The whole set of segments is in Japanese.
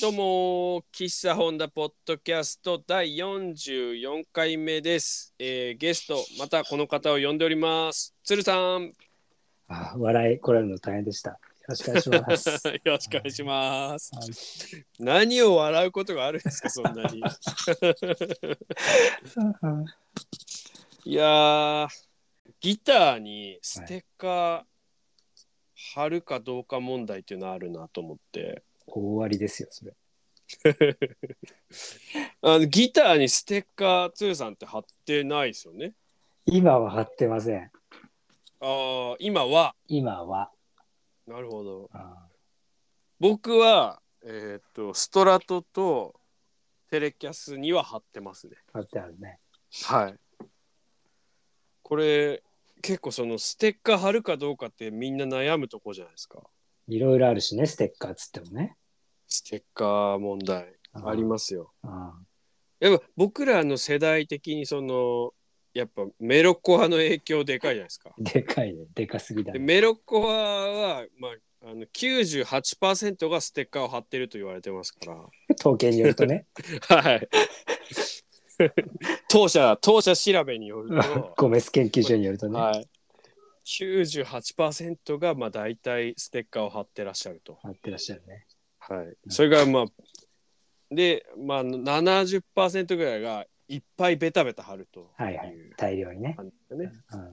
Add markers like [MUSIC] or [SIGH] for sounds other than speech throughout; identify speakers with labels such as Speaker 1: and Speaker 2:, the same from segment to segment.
Speaker 1: どうも、喫茶ホンダポッドキャスト第44回目です。えーゲスト、またこの方を呼んでおります。鶴さん、 [LAUGHS]
Speaker 2: あ笑いこらえるの大変でした。よろしくお願いし
Speaker 1: [LAUGHS]
Speaker 2: ます。
Speaker 1: よろしくお願いします。
Speaker 2: はい
Speaker 1: 何を笑うことがあるんですか、そんなに。いやー、ギターにステッカー貼るかどうか問題っていうのあるなと思って。
Speaker 2: 大終わりですよ、それ。
Speaker 1: あのギターにステッカー、鶴さんって貼ってないですよね。
Speaker 2: 今は貼ってません。
Speaker 1: ああ、今は。
Speaker 2: 今は。
Speaker 1: なるほど。
Speaker 2: あ
Speaker 1: 僕は、えーっとストラトとテレキャスには貼ってますね
Speaker 2: 貼ってあるね。
Speaker 1: はいこれ結構そのステッカー貼るかどうかってみんな悩むとこじゃないですか
Speaker 2: いろいろあるしね、ステッカーっつってもね。
Speaker 1: ステッカー問題ありますよ
Speaker 2: す。
Speaker 1: やっぱ僕らの世代的にそのやっぱメロコアの影響でかいじゃないですか
Speaker 2: でかいね。でかすぎだ
Speaker 1: で
Speaker 2: ね。
Speaker 1: メロコアは、まあ、あの98%がステッカーを貼ってると言われてますから
Speaker 2: 統計による
Speaker 1: [LAUGHS]
Speaker 2: とね。
Speaker 1: はい。当社、当社調べによる
Speaker 2: [LAUGHS] ゴメス研究所によると
Speaker 1: と、
Speaker 2: ね。
Speaker 1: はい。98%がまあ大体ステッカーを貼ってらっしゃると。
Speaker 2: 貼ってらっしゃるね。
Speaker 1: はい。それがまあ、で、まあ70%ぐらいがいっぱいベタベタ貼るという
Speaker 2: はいはい。大量にね。
Speaker 1: 感じだね。
Speaker 2: うん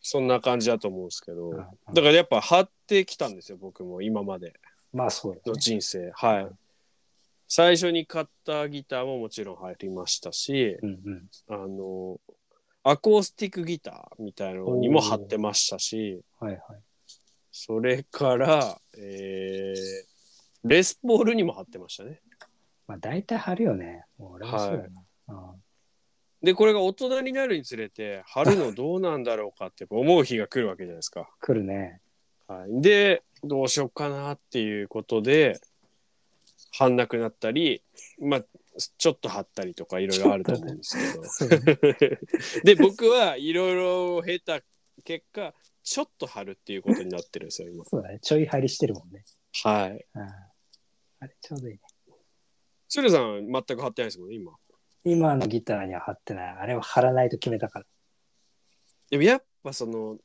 Speaker 1: そんな感じだと思うんですけど
Speaker 2: うん。
Speaker 1: だからやっぱ貼ってきたんですよ、僕も今まで
Speaker 2: まあそうだ
Speaker 1: の
Speaker 2: ね。
Speaker 1: 人生。はい。最初に買ったギターももちろん入りましたし、
Speaker 2: うんうん。
Speaker 1: あのアコースティックギターみたいなのにも貼ってましたし
Speaker 2: はいはい。
Speaker 1: それから、えーレスポールにも貼ってましたね
Speaker 2: まあ大体貼るよね。もう俺もそうだな。うん
Speaker 1: でこれが大人になるにつれて貼るのどうなんだろうかって思う日が来るわけじゃないですか、
Speaker 2: 来るね。
Speaker 1: はい、でどうしようかなっていうことで貼んなくなったりまあちょっと貼ったりとかいろいろあると思うんですけど
Speaker 2: [LAUGHS] そうね
Speaker 1: [LAUGHS] で僕はいろいろ経た結果ちょっと貼るっていうことになってるんですよ今
Speaker 2: そうだね。ちょい張りしてるもんね。
Speaker 1: はい
Speaker 2: うんあれ、ちょうどいいね。
Speaker 1: 鶴さん全く貼ってないですもんね今
Speaker 2: 今のギターには貼ってない。あれは貼らないと決めたから。
Speaker 1: でもやっぱその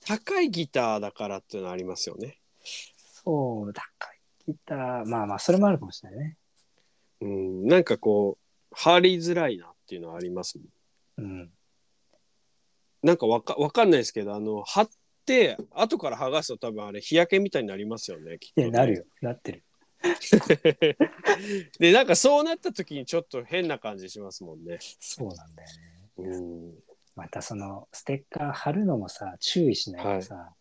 Speaker 1: 高いギターだからっていうのはありますよね
Speaker 2: そう、高いギター。まあまあ、それもあるかもしれないね。
Speaker 1: うんなんかこう貼りづらいなっていうのはありますもん
Speaker 2: うん。
Speaker 1: なんかわかわかんないですけどあの貼って後から剥がすと多分あれ日焼けみたいになりますよねきっと
Speaker 2: いや、
Speaker 1: ね
Speaker 2: なるよ。なってる。
Speaker 1: [LAUGHS] でなんかそうなった時にちょっと変な感じしますもんね
Speaker 2: そうなんだよね。
Speaker 1: うん
Speaker 2: またその、ステッカー貼るのもさ、注意しないとさ、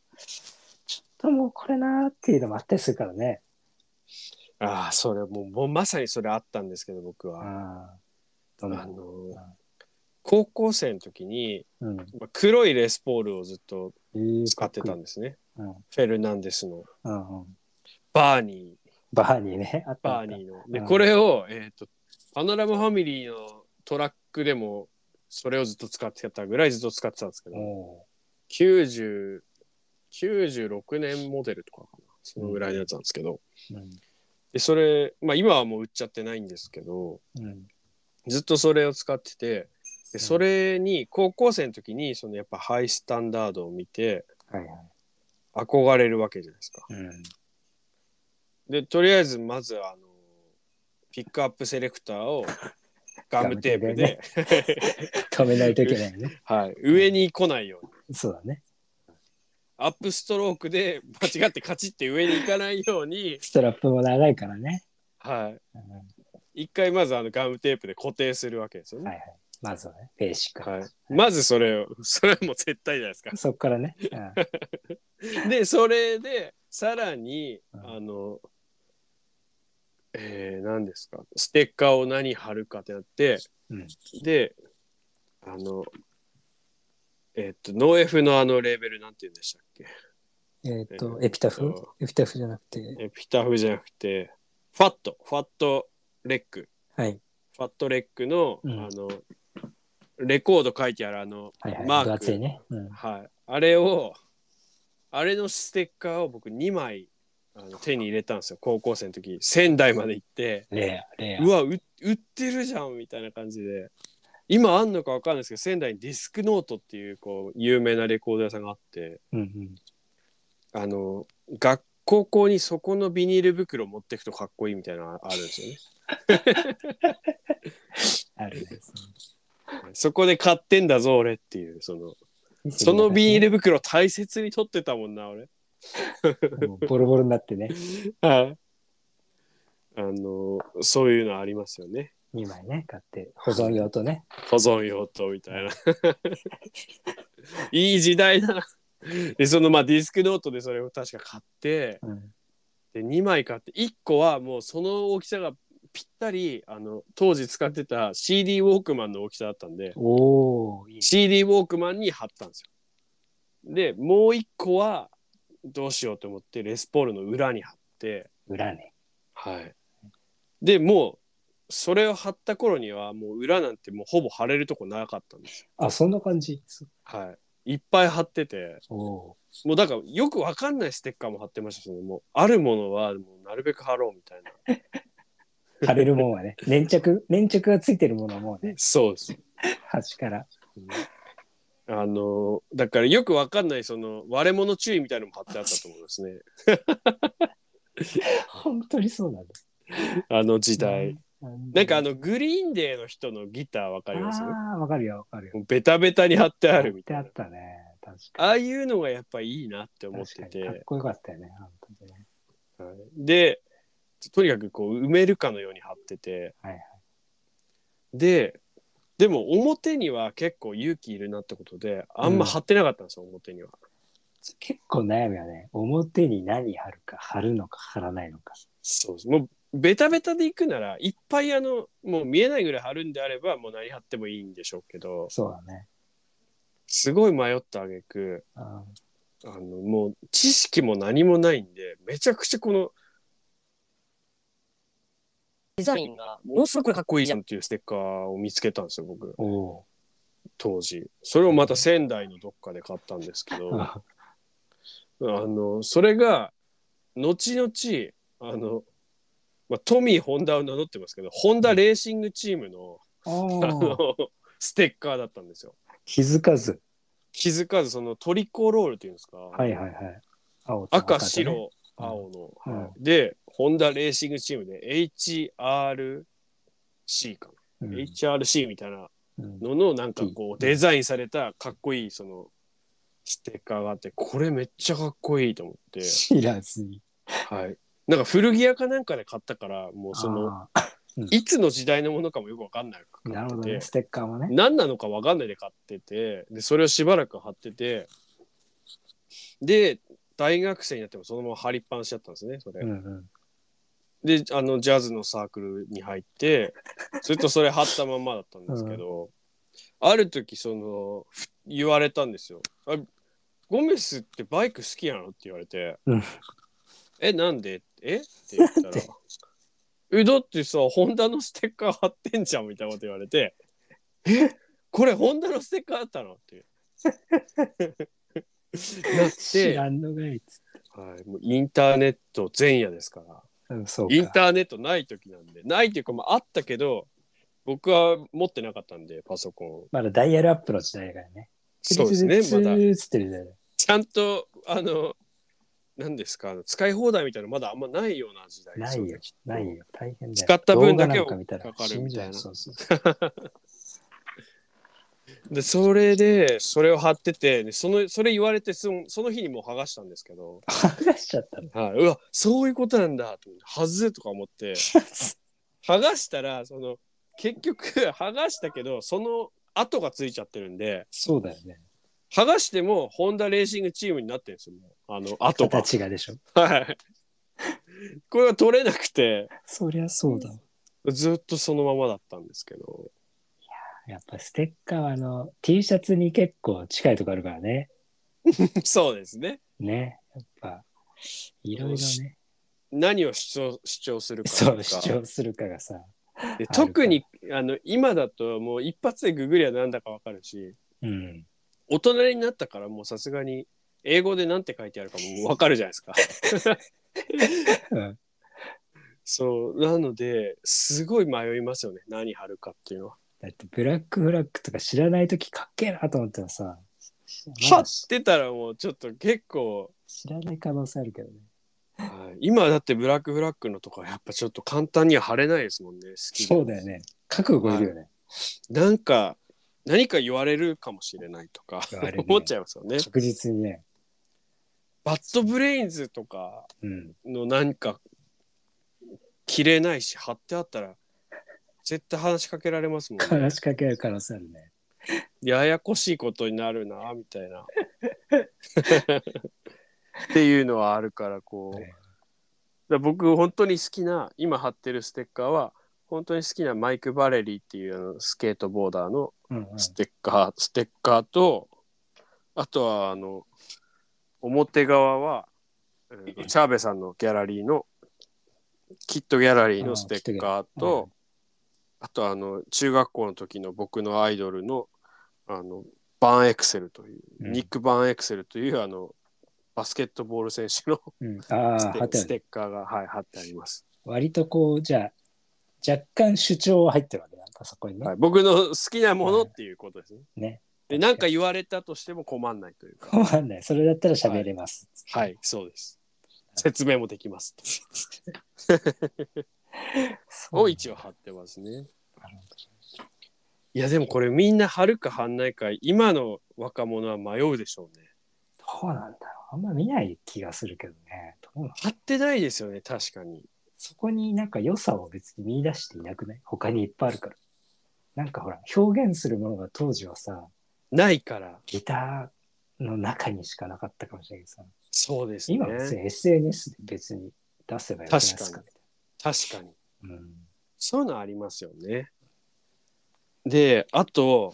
Speaker 2: ちょっともうこれなーっていうのもあったりするからね。
Speaker 1: ああそれもうもうまさにそれあったんですけど僕
Speaker 2: う
Speaker 1: は、
Speaker 2: ん。どん
Speaker 1: あ
Speaker 2: な
Speaker 1: の
Speaker 2: ん
Speaker 1: 高校生の時に
Speaker 2: うん。
Speaker 1: まあ黒いレスポールをずっと
Speaker 2: えー
Speaker 1: 使ってた
Speaker 2: か
Speaker 1: んですね。
Speaker 2: こいいうん。
Speaker 1: フェルナンデスの
Speaker 2: うんうん。
Speaker 1: バーニー、
Speaker 2: バーニーね。あった
Speaker 1: バ
Speaker 2: あ
Speaker 1: ー
Speaker 2: った
Speaker 1: ニーの。で、
Speaker 2: うん
Speaker 1: これを、えっ、と、パノラマファミリーのトラックでも、それをずっと使ってたぐらいずっと使ってたんですけど、
Speaker 2: お
Speaker 1: 90、96年モデルとかかな。そのぐらいのやつなんですけど、
Speaker 2: ーうん。
Speaker 1: で、それ、まあ今はもう売っちゃってないんですけど、
Speaker 2: うん。
Speaker 1: ずっとそれを使ってて、でそれに高校生の時にそのやっぱハイスタンダードを見て
Speaker 2: はいは
Speaker 1: 憧れるわけじゃないですか。
Speaker 2: い。うん。
Speaker 1: でとりあえずまずあのピックアップセレクター [LAUGHS] をガムテープで、
Speaker 2: 止めないといけないよね。
Speaker 1: はい、上に来ないように
Speaker 2: そうだね。
Speaker 1: アップストロークで間違ってカチッて上に行かないように、
Speaker 2: ストラップも長いからね。
Speaker 1: は
Speaker 2: うん
Speaker 1: い、一回まずあのガムテープで固定するわけですよ
Speaker 2: はい
Speaker 1: ね。
Speaker 2: はい。まずはね、ベーシック。
Speaker 1: はい、まずそれを [LAUGHS] それはもう絶対じゃないですか。
Speaker 2: そこからね。うん [LAUGHS]
Speaker 1: でそれでさらに
Speaker 2: うん
Speaker 1: あの、えー、何ですかステッカーを何貼るかってなって、
Speaker 2: うん
Speaker 1: であのえっとノーエフのあのレーベルなんて言うんでしたっけ
Speaker 2: [LAUGHS] えっと、
Speaker 1: えー
Speaker 2: エピタフ
Speaker 1: と
Speaker 2: エピタフじゃなくて、
Speaker 1: えピタフじゃなくてファットファットレック
Speaker 2: はい。
Speaker 1: ファットレックの、
Speaker 2: うん
Speaker 1: あのレコード書いてあるあの、
Speaker 2: はいはい。
Speaker 1: マ
Speaker 2: 分
Speaker 1: ー
Speaker 2: 厚い
Speaker 1: ク、
Speaker 2: ね。うん。
Speaker 1: はい、あれをあれのステッカーを僕2枚ああの手に入れたんですよ高校生の時仙台まで行って
Speaker 2: レア、レア。
Speaker 1: うわう売ってるじゃんみたいな感じで今あんのか分かんないですけど仙台にディスクノートっていうこう有名なレコード屋さんがあって
Speaker 2: うんうん。
Speaker 1: あの学高校にそこのビニール袋持ってくとかっこいいみたいなのあるんですよね。
Speaker 2: あるね。
Speaker 1: そこで買ってんだぞ俺っていうそのそのビニール袋大切に取ってたもんな俺。
Speaker 2: ル。もうボロボロになってね。
Speaker 1: はい。あのそういうのありますよね。
Speaker 2: 2枚ね、買って、保存用とね。
Speaker 1: 保存用とみたい [LAUGHS] な。いい時代だな。でそのまあディスクノートでそれを確か買って
Speaker 2: うん。
Speaker 1: で2枚買って1個はもうその大きさがぴったりあの当時使ってた CD ウォークマンの大きさだったんで
Speaker 2: おー、いいね。
Speaker 1: CD ウォークマンに貼ったんですよ。でもう1個はどうしようと思ってレスポールの裏に貼って。
Speaker 2: 裏ね。
Speaker 1: はい。でもうそれを貼った頃にはもう裏なんてもうほぼ貼れるとこなかったんですよ。
Speaker 2: あ、そんな感じ。
Speaker 1: はい。いっぱい貼ってて、
Speaker 2: おー。
Speaker 1: もうだからよくわかんないステッカーも貼ってましたし、ね、もうあるものはもうなるべく貼ろうみたいな。
Speaker 2: 貼れるもんはね。 [LAUGHS] 粘着、粘着がついてるものはもうね、
Speaker 1: そうです。
Speaker 2: 端から。
Speaker 1: あのだからよくわかんないその割れ物注意みたいなのも貼ってあったと思いますね。
Speaker 2: 本当にそうなんだ。
Speaker 1: あの時代。
Speaker 2: うん。
Speaker 1: なんかあのグリーンデーの人のギターわか
Speaker 2: あ
Speaker 1: ります
Speaker 2: あー、わかるよ、わかるよ。
Speaker 1: もうベタベタに貼ってあるみたい
Speaker 2: 貼
Speaker 1: な
Speaker 2: っ。てあったね。確か
Speaker 1: ああいうのがやっぱいいなって
Speaker 2: に。
Speaker 1: 思って
Speaker 2: 確かにかっ
Speaker 1: て。
Speaker 2: こよかったよね、本当にね。
Speaker 1: はいでとにかくこう埋めるかのように貼ってて、
Speaker 2: はいはい
Speaker 1: ででも表には結構勇気いるなってことであんま貼ってなかったんですよ、表には。
Speaker 2: 結構悩みはね、表に何貼るか、貼るのか、貼らないのか。
Speaker 1: そうですもうベタベタでいくならいっぱいあのもう見えないぐらい貼るんであればもう何貼ってもいいんでしょうけど
Speaker 2: そうだね。
Speaker 1: すごい迷った挙句
Speaker 2: あ
Speaker 1: あのもう知識も何もないんでめちゃくちゃこの
Speaker 3: デザインが
Speaker 1: ものすごくかっこいいじゃんっていうステッカーを見つけたんですよ僕
Speaker 2: おお
Speaker 1: 当時それをまた仙台のどっかで買ったんですけど
Speaker 2: ー。。 [LAUGHS] あ
Speaker 1: あのそれが後々あの、まあ、トミー・ホンダを名乗ってますけどホンダレーシングチームのあ
Speaker 2: ー
Speaker 1: のステッカーだったんですよ。
Speaker 2: 気づかず。
Speaker 1: 気づかずそのトリコロールっていうんですか、
Speaker 2: はいはいはい。青と
Speaker 1: 赤
Speaker 2: とね
Speaker 1: 白青の、
Speaker 2: うん
Speaker 1: はいでホンダレーシングチームで HRC か
Speaker 2: う
Speaker 1: な、
Speaker 2: ん
Speaker 1: HRC みたいな
Speaker 2: うん
Speaker 1: ののなんかこ
Speaker 2: うん
Speaker 1: うデザインされたかっこいいそのステッカーがあってこれめっちゃかっこいいと思って。
Speaker 2: 知らずに。
Speaker 1: はい。なんか古着屋かなんかで買ったから、もうその、
Speaker 2: あ
Speaker 1: いつの時代のものかもよくわかんないく
Speaker 2: ー
Speaker 1: 買
Speaker 2: なるほ
Speaker 1: っ
Speaker 2: ど
Speaker 1: て
Speaker 2: ね。
Speaker 1: て、
Speaker 2: ステッカーもね。
Speaker 1: 何なのかわかんないで買ってて、で、それをしばらく貼ってて、で、大学生になってもそのまま貼りっぱなしだったんですね、それ。
Speaker 2: うんうん。
Speaker 1: で、あの、ジャズのサークルに入って、ずっとそれ貼ったまんまだったんですけど、ある時、その、ふ言われたんですよ。あゴメスってバイク好きやのって言われて、
Speaker 2: うん
Speaker 1: え、なんでえって言った
Speaker 2: [LAUGHS]
Speaker 1: ら、え、だってさ、ホンダのステッカー貼ってんじゃんみたいなこと言われて、え、これホンダのステッカーだったの
Speaker 2: [LAUGHS]
Speaker 1: って。なっ
Speaker 2: 知
Speaker 1: て、
Speaker 2: らんのがいいっつって
Speaker 1: はい、もうインターネット前夜ですから。
Speaker 2: うん、そうか。
Speaker 1: インターネットない時なんでないというか、まあ、あったけど僕は持ってなかったんでパソコン
Speaker 2: まだダイヤルアップの時代だからね。
Speaker 1: そうですねまだ
Speaker 2: だ。つってる時代だよ
Speaker 1: ちゃんとあの何ですかあの使い放題みたいなのまだあんまないような時代で
Speaker 2: な
Speaker 1: す
Speaker 2: い
Speaker 1: ね
Speaker 2: よ。ないよ。大変だよ。
Speaker 1: 使った分だけを
Speaker 2: 動画なん見たら
Speaker 1: かかるみたいな
Speaker 2: 信じられそうそうそう
Speaker 1: でそれでそれを貼っててでそのそれ言われてそのその日にもう剥がしたんですけど、 [LAUGHS]
Speaker 2: 剥がしちゃったの。
Speaker 1: はい、うわそういうことなんだと思ってはずとか思って剥がしたらその結局剥がしたけどその跡がついちゃってるんで
Speaker 2: [LAUGHS] そうだよね。
Speaker 1: 剥がしてもホンダレーシングチームになってるんですよもうあの跡が。
Speaker 2: 形がでしょ。
Speaker 1: はい。これは取れなくて、
Speaker 2: そりゃそうだわ。
Speaker 1: ずっとそのままだったんですけど。
Speaker 2: やっぱステッカーはあの T シャツに結構近いとこあるからね。
Speaker 1: そうですね。
Speaker 2: ね。やっぱいろいろね。
Speaker 1: 何を主張主張するか
Speaker 2: そ
Speaker 1: と
Speaker 2: う
Speaker 1: か
Speaker 2: 主張するかがさ。
Speaker 1: で
Speaker 2: あるから
Speaker 1: 特にあの今だともう一発でググりゃなんだかわかるし
Speaker 2: うん。
Speaker 1: [LAUGHS] 大人になったからもうさすがに英語で何て書いてあるかもわかるじゃないですか
Speaker 2: うん
Speaker 1: そうなのですごい迷いますよね何貼るかっていうのは。
Speaker 2: だってブラックフラッグとか知らない時かっけえなと思ったらさ、ま
Speaker 1: 貼
Speaker 2: だ
Speaker 1: っ
Speaker 2: 知
Speaker 1: てたらもうちょっと結構、
Speaker 2: 知らない可能性あるけどね。
Speaker 1: はい今だってブラックフラッグのとかやっぱちょっと簡単には貼れないですもんね好きで
Speaker 2: そうだよね。覚悟いるよね。
Speaker 1: なんか何か言われるかもしれないとか
Speaker 2: 言われるね
Speaker 1: 思っちゃいますよね。
Speaker 2: 確実にね。
Speaker 1: バッドブレインズとか
Speaker 2: うん。
Speaker 1: の何か着れないし貼ってあったら絶対話しかけられますもんね。
Speaker 2: 話しかける可能性あるね。
Speaker 1: ややこしいことになる [LAUGHS] なみたいな。っていうのはあるからこう、
Speaker 2: はい
Speaker 1: だから僕本当に好きな今貼ってるステッカーは本当に好きなマイク・バレリーっていうあのスケートボーダーの
Speaker 2: うんうん。
Speaker 1: ステッカー、ステッカーと、あとは、あの、表側は、うんチャーベさんのギャラリーの、キットギャラリーのステッカーと、あと、あの、中学校の時の僕のアイドルの、あの、バーンエクセルという、
Speaker 2: うん
Speaker 1: ニック・バーンエクセルという、あの、バスケットボール選手の
Speaker 2: うん、ああ、
Speaker 1: ステ
Speaker 2: 貼ってあ
Speaker 1: ス
Speaker 2: るね
Speaker 1: テッカーが、はい、貼ってあります。
Speaker 2: 割とこう、じゃあ、若干主張は入ってるわけなんかそこにね。
Speaker 1: はい、僕の好きなものっていうことですね。
Speaker 2: ね。
Speaker 1: でなんか言われたとしても困んないというか。
Speaker 2: [LAUGHS] わかんない。それだったら喋れます。
Speaker 1: はい、そうです。説明もできます。
Speaker 2: そう
Speaker 1: を一応貼ってますね。いや、でもこれみんな貼るか貼んないか、今の若者は迷うでしょうね。
Speaker 2: どうなんだろう。あんま見ない気がするけどね。どうなん
Speaker 1: 貼ってないですよね、確かに。
Speaker 2: そこになんか良さを別に見出していなくない他にいっぱいあるから。なんかほら、表現するものが当時はさ、
Speaker 1: ないから。
Speaker 2: ギターの中にしかなかったかもしれないけどさ、
Speaker 1: そうですね
Speaker 2: 今。は別に SNS で別に出せばよくないですかみ
Speaker 1: 確かに。
Speaker 2: たいな。うん
Speaker 1: そういうのありますよね。で、あと、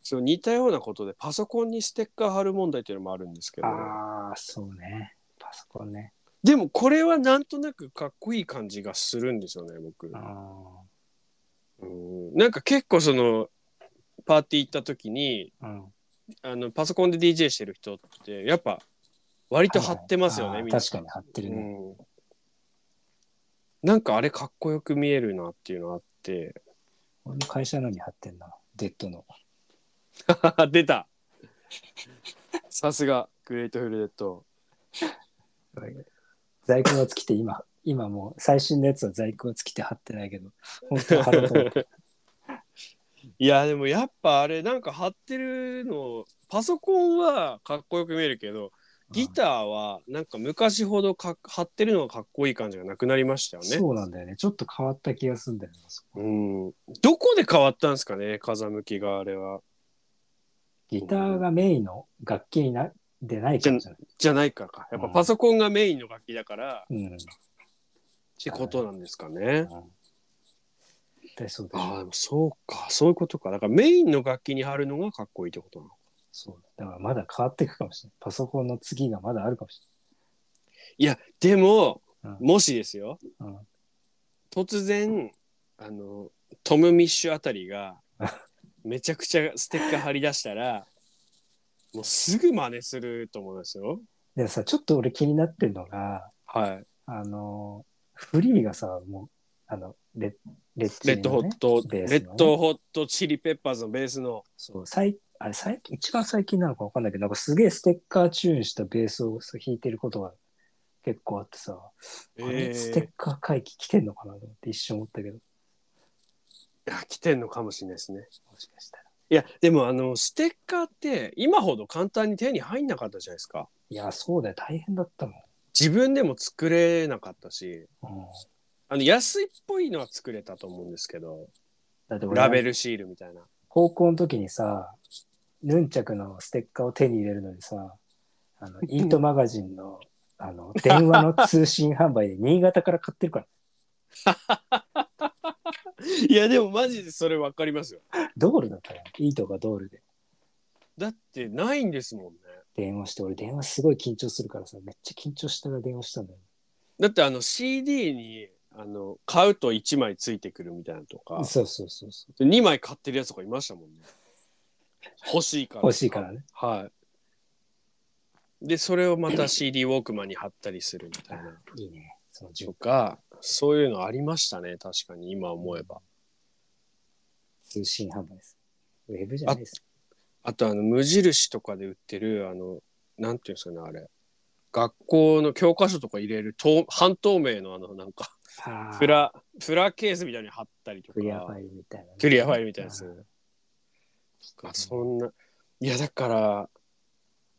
Speaker 1: そう似たようなことでパソコンにステッカー貼る問題っていうのもあるんですけど
Speaker 2: ああ、そうね。パソコンね。
Speaker 1: でもこれはなんとなくかっこいい感じがするんですよね僕。
Speaker 2: あ
Speaker 1: うんなんか結構そのパーティー行った時に
Speaker 2: ーうん。
Speaker 1: あのパソコンで DJ してる人ってやっぱ割と張ってますよ
Speaker 2: あ
Speaker 1: ね、
Speaker 2: ー
Speaker 1: みんな
Speaker 2: 確かに貼ってるね。
Speaker 1: うんなんかあれかっこよく見えるなっていうのあって [LAUGHS]
Speaker 2: 俺の会社のに貼ってんな。デッドの。
Speaker 1: 出たさすがグレートフルデッド
Speaker 2: 在庫が尽きて今、 [LAUGHS] 今もう最新のやつは在庫が尽きて貼ってないけど、本当は貼ろうと
Speaker 1: [LAUGHS]
Speaker 2: 思って。
Speaker 1: いやでもやっぱあれなんか張ってるのパソコンはかっこよく見えるけどギターはなんか昔ほどか張ってるのがかっこいい感じがなくなりましたよね。
Speaker 2: そうなんだよね。ちょっと変わった気がするんだよね。そこ
Speaker 1: うん、どこで変わったんですかね風向きがあれは。
Speaker 2: ギターがメインの楽器になでないからじゃない。
Speaker 1: じゃないからか。やっぱ
Speaker 2: うん
Speaker 1: パソコンがメインの楽器だから、
Speaker 2: うん。うん
Speaker 1: ってことなんですかね。
Speaker 2: 絶対そうだよ
Speaker 1: ああ、
Speaker 2: ね。
Speaker 1: でもそうか。そういうことか。だからメインの楽器に貼るのがかっこいいってことなの。
Speaker 2: そうだ。だからまだ変わっていくかもしれない。パソコンの次がまだあるかもし
Speaker 1: いや、でも、
Speaker 2: うん
Speaker 1: もしですよ。
Speaker 2: れない。うん
Speaker 1: 突然、あの、トム・ミッシュあたり
Speaker 2: [LAUGHS]
Speaker 1: が、めちゃくちゃステッカー貼り出したら、もうすぐ真似すると思うんですよ。
Speaker 2: でもさ、ちょっと俺気になってるのが、
Speaker 1: はい。
Speaker 2: あの、フリーがさ、もう、あの、レッレッチ
Speaker 1: レ
Speaker 2: リ
Speaker 1: ッド
Speaker 2: の
Speaker 1: ホ
Speaker 2: ね
Speaker 1: ット、
Speaker 2: ベース
Speaker 1: レ
Speaker 2: のね
Speaker 1: ッドホットチリペッパーズのベースの、
Speaker 2: そう、最、あれ、最近、一番最近なのかわかんないけど、なんかすげえステッカーチューンしたベースをそう弾いてることが結構あってさ、あれ、ステッカー回帰来てんのかなと思って一瞬思ったけど、
Speaker 1: いや来てんのかもしれないですね。
Speaker 2: もしかしたら。
Speaker 1: いやでもあのステッカーって今ほど簡単に手に入んなかったじゃないですか。
Speaker 2: いや、そうだよ、大変だったもん。
Speaker 1: 自分でも作れなかったし
Speaker 2: うん、
Speaker 1: あの安いっぽいのは作れたと思うんですけど
Speaker 2: だって
Speaker 1: ラベ
Speaker 2: 俺、
Speaker 1: ルシールみたいな。
Speaker 2: 高校の時にさ、ヌンチャクのステッカーを手に入れるのにさ、あの、イートマガジンの、あの、電話の通信販売で新潟から買ってるから、
Speaker 1: いやでもマジでそれ分かりますよ。
Speaker 2: ドールだったら、イートがドールで。
Speaker 1: だってないんですもんね。
Speaker 2: 電話して、俺電話すごい緊張するからさ、めっちゃ緊張したら電話したんだよ。
Speaker 1: だってあの CD にあの買うと1枚ついてくるみたいなのとか
Speaker 2: そうそうそうそう。
Speaker 1: 2枚買ってるやつとかいましたもんね。欲しいから。
Speaker 2: 欲しいからね。
Speaker 1: はい。で、それをまた CD ウォークマンに貼ったりするみたいな。
Speaker 2: いいね。その
Speaker 1: と
Speaker 2: 10
Speaker 1: か、そういうのありましたね、確かに、今思えば。
Speaker 2: 通信販売です。ウェブじゃないです。
Speaker 1: あと、あの、無印とかで売ってる、あの、なんていうんですかね、あれ。学校の教科書とか入れる透半透明のあのなんか
Speaker 2: あー
Speaker 1: フラフラケースみたいに貼ったりとか
Speaker 2: クリアファイルみたいなね、
Speaker 1: クリアファイルみたいなやつ
Speaker 2: うん
Speaker 1: あそんないやだから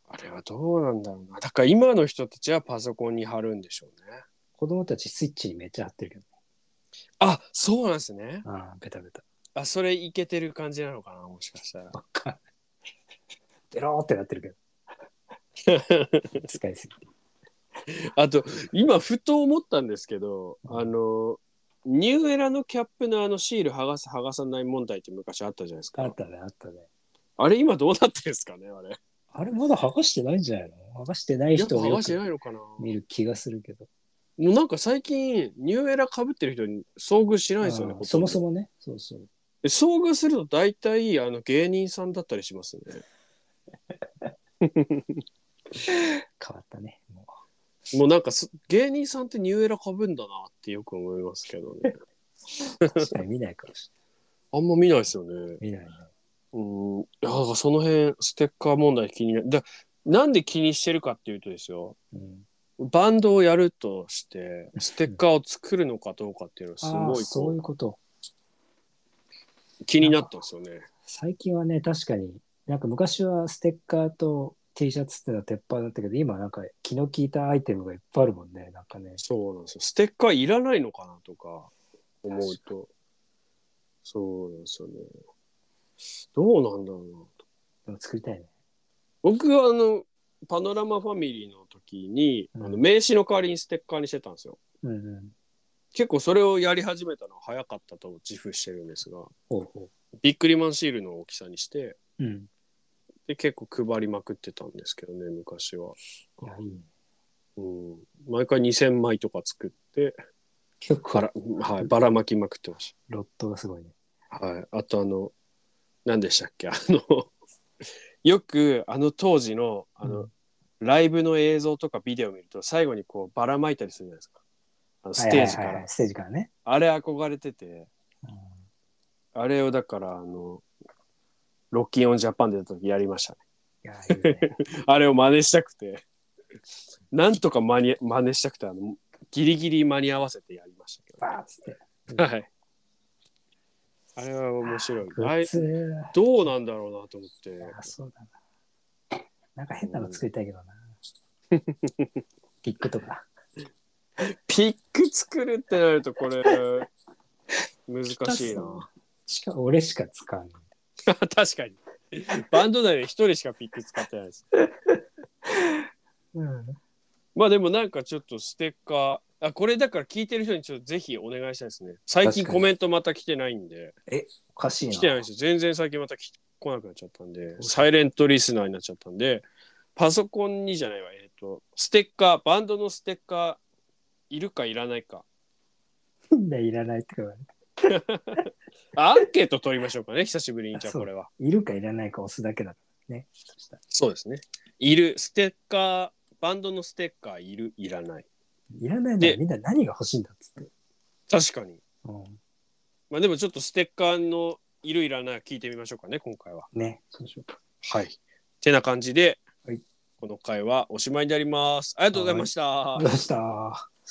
Speaker 1: あれはどうなんだろうなだから今の人たちはパソコンに貼るんでしょうね
Speaker 2: 子供たちスイッチにめっちゃ貼ってるけど。
Speaker 1: あそうなんですね
Speaker 2: ああ、ベタベタ。
Speaker 1: あそれいけてる感じなのかなもしかしたら [LAUGHS]
Speaker 2: ばっかり。ベローってなってるけど。使いすぎて。
Speaker 1: あと今ふと思ったんですけどあのニューエラのキャップのあのシール剥がす剥がさない問題って昔あったじゃないですか
Speaker 2: あったね、あったね。
Speaker 1: あれ今どうなってるんですかねあれ
Speaker 2: あれまだ剥がしてないんじゃないの剥がしてない
Speaker 1: やっぱ
Speaker 2: 人を
Speaker 1: 剥
Speaker 2: よ
Speaker 1: がしてな
Speaker 2: く
Speaker 1: いのかな
Speaker 2: 見る気がするけど。
Speaker 1: もうなんか最近ニューエラ被ってる人に遭遇しないですよね
Speaker 2: あ
Speaker 1: ほとんど
Speaker 2: ーそもそもね。そうそう。
Speaker 1: で遭遇すると大体あの芸人さんだったりしますね
Speaker 2: [LAUGHS] 変わったね。も
Speaker 1: [LAUGHS] もうなんかす芸人さんってニューエラ被るんだなってよく思いますけどね
Speaker 2: う確かに見ないかもし
Speaker 1: あんま見ないですよね
Speaker 2: れない。見ないね。
Speaker 1: うんいやだからその辺ステッカー問題気になるだなんで気にしてるかっていうとですよ
Speaker 2: うん、
Speaker 1: バンドをやるとしてステッカーを作るのかどうかっていうの
Speaker 2: あ
Speaker 1: は
Speaker 2: あー、
Speaker 1: す
Speaker 2: そ
Speaker 1: ご
Speaker 2: う
Speaker 1: い
Speaker 2: いう
Speaker 1: こ
Speaker 2: こと。
Speaker 1: う気になったんですよね
Speaker 2: 最近はね、確かに、なんか昔はステッカーと T シャツってのは鉄板だったけど、今なんか気の利いたアイテムがいっぱいあるもんね。なんかね。
Speaker 1: そうなんですよ。ステッカーいらないのかなとか思うと。そうなんですよね。どうなんだろうなと。
Speaker 2: でも作りたいね。
Speaker 1: 僕はあの、パノラマファミリーの時に、
Speaker 2: うん
Speaker 1: あの名刺の代わりにステッカーにしてたんですよ。
Speaker 2: うんうん。
Speaker 1: 結構それをやり始めたのは早かったと自負してるんですが、
Speaker 2: ほうほ
Speaker 1: ビックリマンシールの大きさにして、
Speaker 2: う。うん。
Speaker 1: で結構配りまくってたんですけどね、昔は。
Speaker 2: いや、いいね。
Speaker 1: うん、毎回2000枚とか作って、
Speaker 2: 結
Speaker 1: ば
Speaker 2: 構
Speaker 1: ら,、はい、ばらまきまくってました。
Speaker 2: ロットがすごいね。
Speaker 1: はい、あとあの何でしたっけあのよくあの当時のあの、
Speaker 2: うん
Speaker 1: ライブの映像とかビデオ見ると最後にこうばらまいたりするじゃないですかあのステージから、
Speaker 2: はいはいはいはいステージからね。
Speaker 1: あれ憧れてて
Speaker 2: うん
Speaker 1: あれをだからあのロッキンオンジャパンでやった時やりましたね
Speaker 2: いや、いい
Speaker 1: [LAUGHS]
Speaker 2: ね。
Speaker 1: あれを真似したくてなんとか間に真似したくてあのギリギリ間に合わせてやりましたけど
Speaker 2: バーッつって。
Speaker 1: はいあれは面白い
Speaker 2: グ
Speaker 1: あ
Speaker 2: ッ
Speaker 1: れ
Speaker 2: ズ。
Speaker 1: どうなんだろうなと思って
Speaker 2: あ、そうだな。なんか変なの作りたいけどな。ピックとか。
Speaker 1: ピック作るってなるとこれ難しいな。
Speaker 2: しか俺しか使わない。
Speaker 1: 確かに。バンド内で一人しかピック使ってないです。
Speaker 2: うん。
Speaker 1: まあでもなんかちょっとステッカー、あこれだから聞いてる人にちょっとぜひお願いしたいですね。最近
Speaker 2: 確かに
Speaker 1: コメントまた来てないんで、
Speaker 2: おかしいな。
Speaker 1: 来てないんですよ。全然最近また来来なくなっちゃったんで、サイレントリスナーになっちゃったんで、パソコンにじゃないわ、えっ、と、ステッカー、バンドのステッカー、いるかいらないか。
Speaker 2: みんないらないってか、
Speaker 1: あアンケート取りましょうかね、久しぶりに。じゃあこれは。
Speaker 2: いるかいらないか押すだけだからね。そしたら
Speaker 1: そうですね。いる、ステッカー、バンドのステッカーいる、いらない。
Speaker 2: いらないな
Speaker 1: で
Speaker 2: らみんな何が欲しいんだっつって。
Speaker 1: 確かに。
Speaker 2: うん。
Speaker 1: まあでもちょっとステッカーのいる、いらない聞いてみましょうかね、今回は。
Speaker 2: ね。そうしようか。
Speaker 1: はい。てな感じで、
Speaker 2: はい
Speaker 1: この回はおしまいになります。ありがとうございました。
Speaker 2: どうした